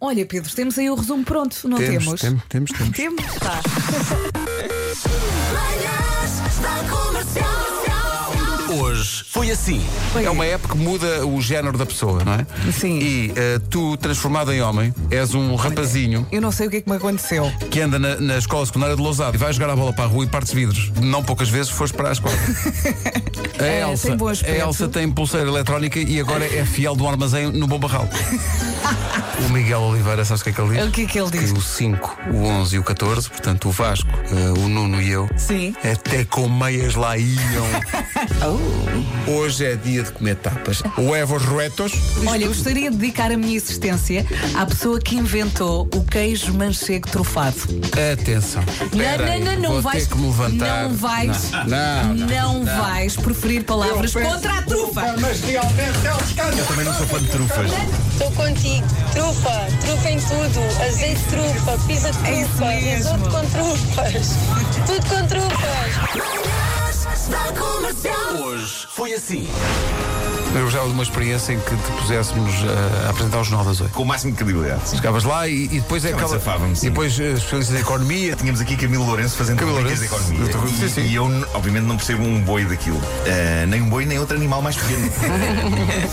Olha, Pedro, temos aí o resumo pronto, não temos? Temos, tem- temos, temos. Temos, tá. Manhãs da comercial. Hoje foi assim. Foi. É uma app que muda o género da pessoa, não é? Sim. E eh, tu, transformado em homem, és um rapazinho Eu não sei o que é que me aconteceu. que anda na, na escola secundária de Lousada e vai jogar a bola para a rua e partes vidros. Não poucas vezes foste para a escola. a, É, Elsa, tem bom a aspecto. Elsa tem pulseira eletrónica e agora é fiel do armazém no Bom Barral. o Miguel Oliveira, sabes o que é que ele diz? O que é que ele diz? o 5, o 11 e o 14, portanto o Vasco, eh, o Nuno e eu, Sim. até com meias lá iam. Oh. Hoje é dia de comer tapas. Huevos retos. Olha, gostaria de dedicar a minha existência à pessoa que inventou o queijo manchego trufado. Atenção. Espera aí, vou ter que me levantar. Não vais. Não, não, não. não vais preferir palavras contra a trufa. Mas realmente é um escândalo. Eu também não sou fã de trufas. Estou contigo. Trufa, trufa em tudo. Azeite de trufa, pizza de É isso trufa, mesmo. risoto com trufas. Tudo com trufas. Manhãs da comercial. Hoje foi assim. Eu gostava de uma experiência em que te puséssemos eh, a apresentar o Jornal das Oito. Com o máximo de credibilidade. sim. Chegavas lá e, e depois é Também aquela. safávamos, E sim. depois eh, especialistas da economia. Tínhamos aqui Camilo Lourenço fazendo Camilo rubricas de Lourenço. economia. Eu tô- sim, E- sim. E eu, n- obviamente, não percebo um boi daquilo. Ah, nem um boi, nem outro animal mais pequeno.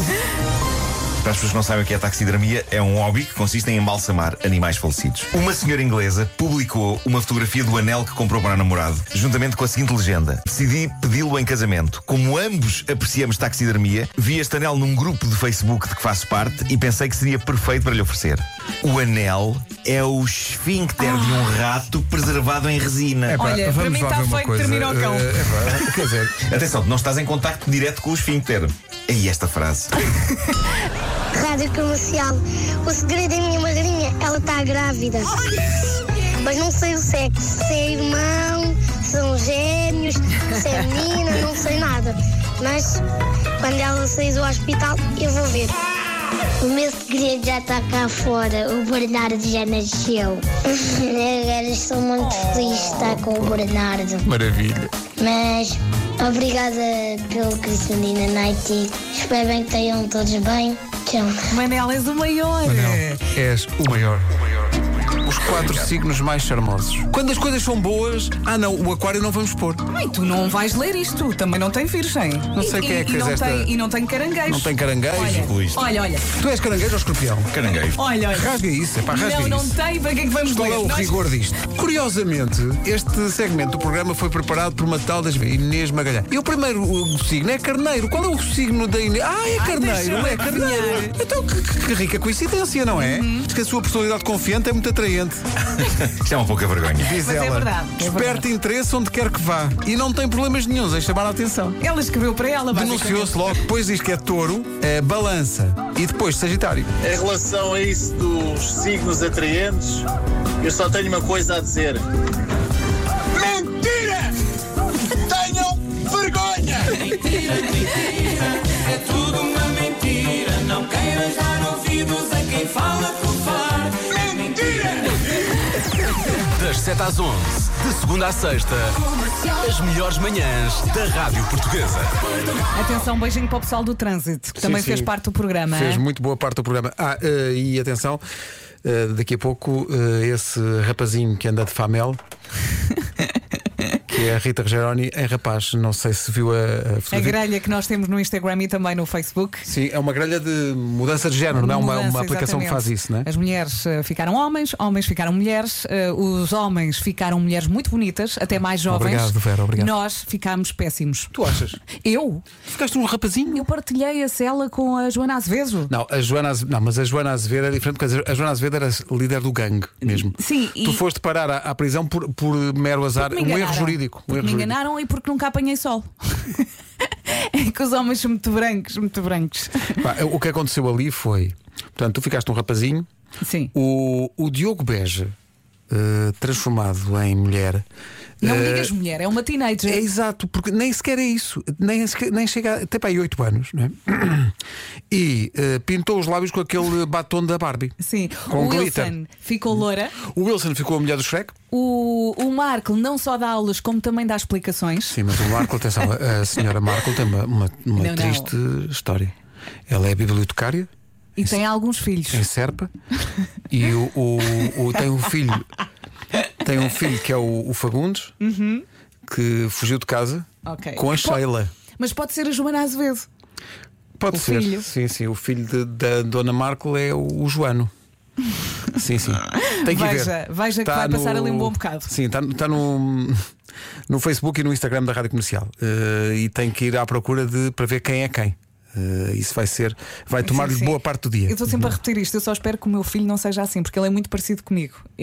Para as pessoas que não sabem o que é taxidermia, é um hobby que consiste em embalsamar animais falecidos. Uma senhora inglesa publicou uma fotografia do anel que comprou para o namorado, juntamente com a seguinte legenda: Decidi pedi-lo em casamento. Como ambos apreciamos taxidermia, vi este anel num grupo de Facebook de que faço parte e pensei que seria perfeito para lhe oferecer. O anel é o esfíncter de um rato preservado em resina. Epá, Olha, para vamos mim lá tá ver uma feito, coisa. termina o cão. Eh, epá, quer dizer, Atenção, não estás em contacto direto com o esfíncter. E esta frase. Rádio Comercial. O segredo é a minha madrinha, ela está grávida. Mas não sei o sexo. Se é irmão, se são gêmeos, se é menina, não sei nada. Mas quando ela sair do hospital, eu vou ver. O meu segredo já está cá fora. O Bernardo já nasceu. Agora estou muito feliz de estar com o Bernardo. maravilha. Mas obrigada pelo Cristalina Night. Espero bem que tenham todos bem. Tchau. Manel, és o maior. Manel, és o maior. Os quatro signos mais charmosos. Quando as coisas são boas, ah não, o aquário não vamos pôr. Ai, tu não vais ler isto, também não tem virgem. Não sei E- quem é e- que e fez não esta- tem E não tem caranguejo. Não tem caranguejo. Olha, Egoísta. olha, olha, Tu és caranguejo ou escorpião? Caranguejo. olha, olha. Rasga isso, é pá, rasga Não, isso. não tem, para que é que vamos Qual ler? é o Nós- rigor disto? Curiosamente, este segmento do programa foi preparado por uma tal das Inês Magalhães. E o primeiro o signo é carneiro. Qual é o signo da Inês? Ah, é carneiro, deixa-me é carneiro. adivinhar. Então, que, que- que rica coincidência, não é? Uhum. Diz que a sua personalidade confiante é muito atraente. Isto é uma pouca vergonha. Diz Mas é ela. verdade, é Desperta interesse onde quer que vá. E não tem problemas nenhums em chamar a atenção. Ela escreveu para ela, basicamente. Denunciou-se logo, depois diz que é touro, é balança e depois Sagitário. Em relação a isso dos signos atraentes, eu só tenho uma coisa a dizer. Mentira! Tenham vergonha! É tudo uma mentira. Não queiras dar ouvidos a quem fala por far. Das 7 às 11, de segunda à sexta, as melhores manhãs da Rádio Portuguesa. Atenção, beijinho para o pessoal do trânsito, que Sim, também sim. fez parte do programa. Fez é? muito boa parte do programa. Ah, eh, e atenção, eh, daqui a pouco eh, esse rapazinho que anda de Famel. Que é a Rita Geroni em rapaz, não sei se viu a, a A fotografia. grelha que nós temos no Instagram e também no Facebook. Sim, é uma grelha de mudança de género, não é uma, Mudança, uma aplicação que faz exatamente. isso, não é? As mulheres eh, ficaram homens, homens ficaram mulheres, eh, os homens ficaram mulheres muito bonitas, até mais jovens. Obrigado, Vera, obrigado. Nós ficámos péssimos. Tu achas? Eu? Ficaste um rapazinho? Eu partilhei a cela com a Joana Azevedo. Não, a Joana Azevedo, não, mas a Joana Azevedo é diferente, porque a Joana Azevedo era líder do gangue mesmo. Sim, tu e- foste parar à, à prisão por, por mero azar, Porque me um erro enganaram. jurídico. Um Porque erro me jurídico. enganaram e porque nunca apanhei sol. é que os homens são muito brancos, muito brancos. Pá, o que aconteceu ali foi, portanto, tu ficaste um rapazinho, Sim. o, o Diogo Beja, eh, transformado em mulher. Não me eh, digas mulher, é uma teenager. é exato, porque nem sequer é isso, nem, sequer- nem chega até para aí 8 anos, não é? E eh, pintou os lábios com aquele batom da Barbie. Sim. Com o glitter. Wilson ficou loura. O Wilson ficou a mulher do Shrek. O, o Marco não só dá aulas, como também dá explicações. Sim, mas o Marco, atenção, a a senhora Marco tem uma, uma- uma Não, não. triste história. Ela é bibliotecária. E E tem alguns filhos. em é Serpa e o, o- o- tem um filho tem um filho que é o, o Fagundes que fugiu de casa Uhum. Ok. com a Po- Sheila Mas pode ser a Joana Azevedo. pode o ser filho. sim sim o filho de- da Dona Marco é o, o Joano sim sim tem que ir Veja, ver veja que Tá vai passar no- ali um bom bocado. sim está no no Facebook e no Instagram da Rádio Comercial Eh, e tem que ir à procura de para ver quem é quem Eh, isso vai ser vai tomar-lhe Sim, sim. boa parte do dia Eu estou sempre a repetir isto, eu só espero que o meu filho não seja assim, porque ele é muito parecido comigo.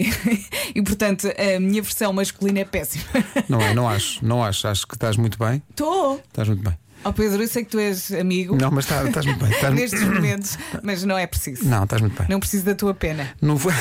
E, portanto, a minha versão masculina é péssima. não é não acho não acho acho que estás muito bem Estou! estás muito bem Ó Pedro, eu sei que tu és amigo Não, mas tá- estás muito bem. estás- nestes momentos, mas não é preciso. Não, estás muito bem. Não preciso da tua pena. Não vou.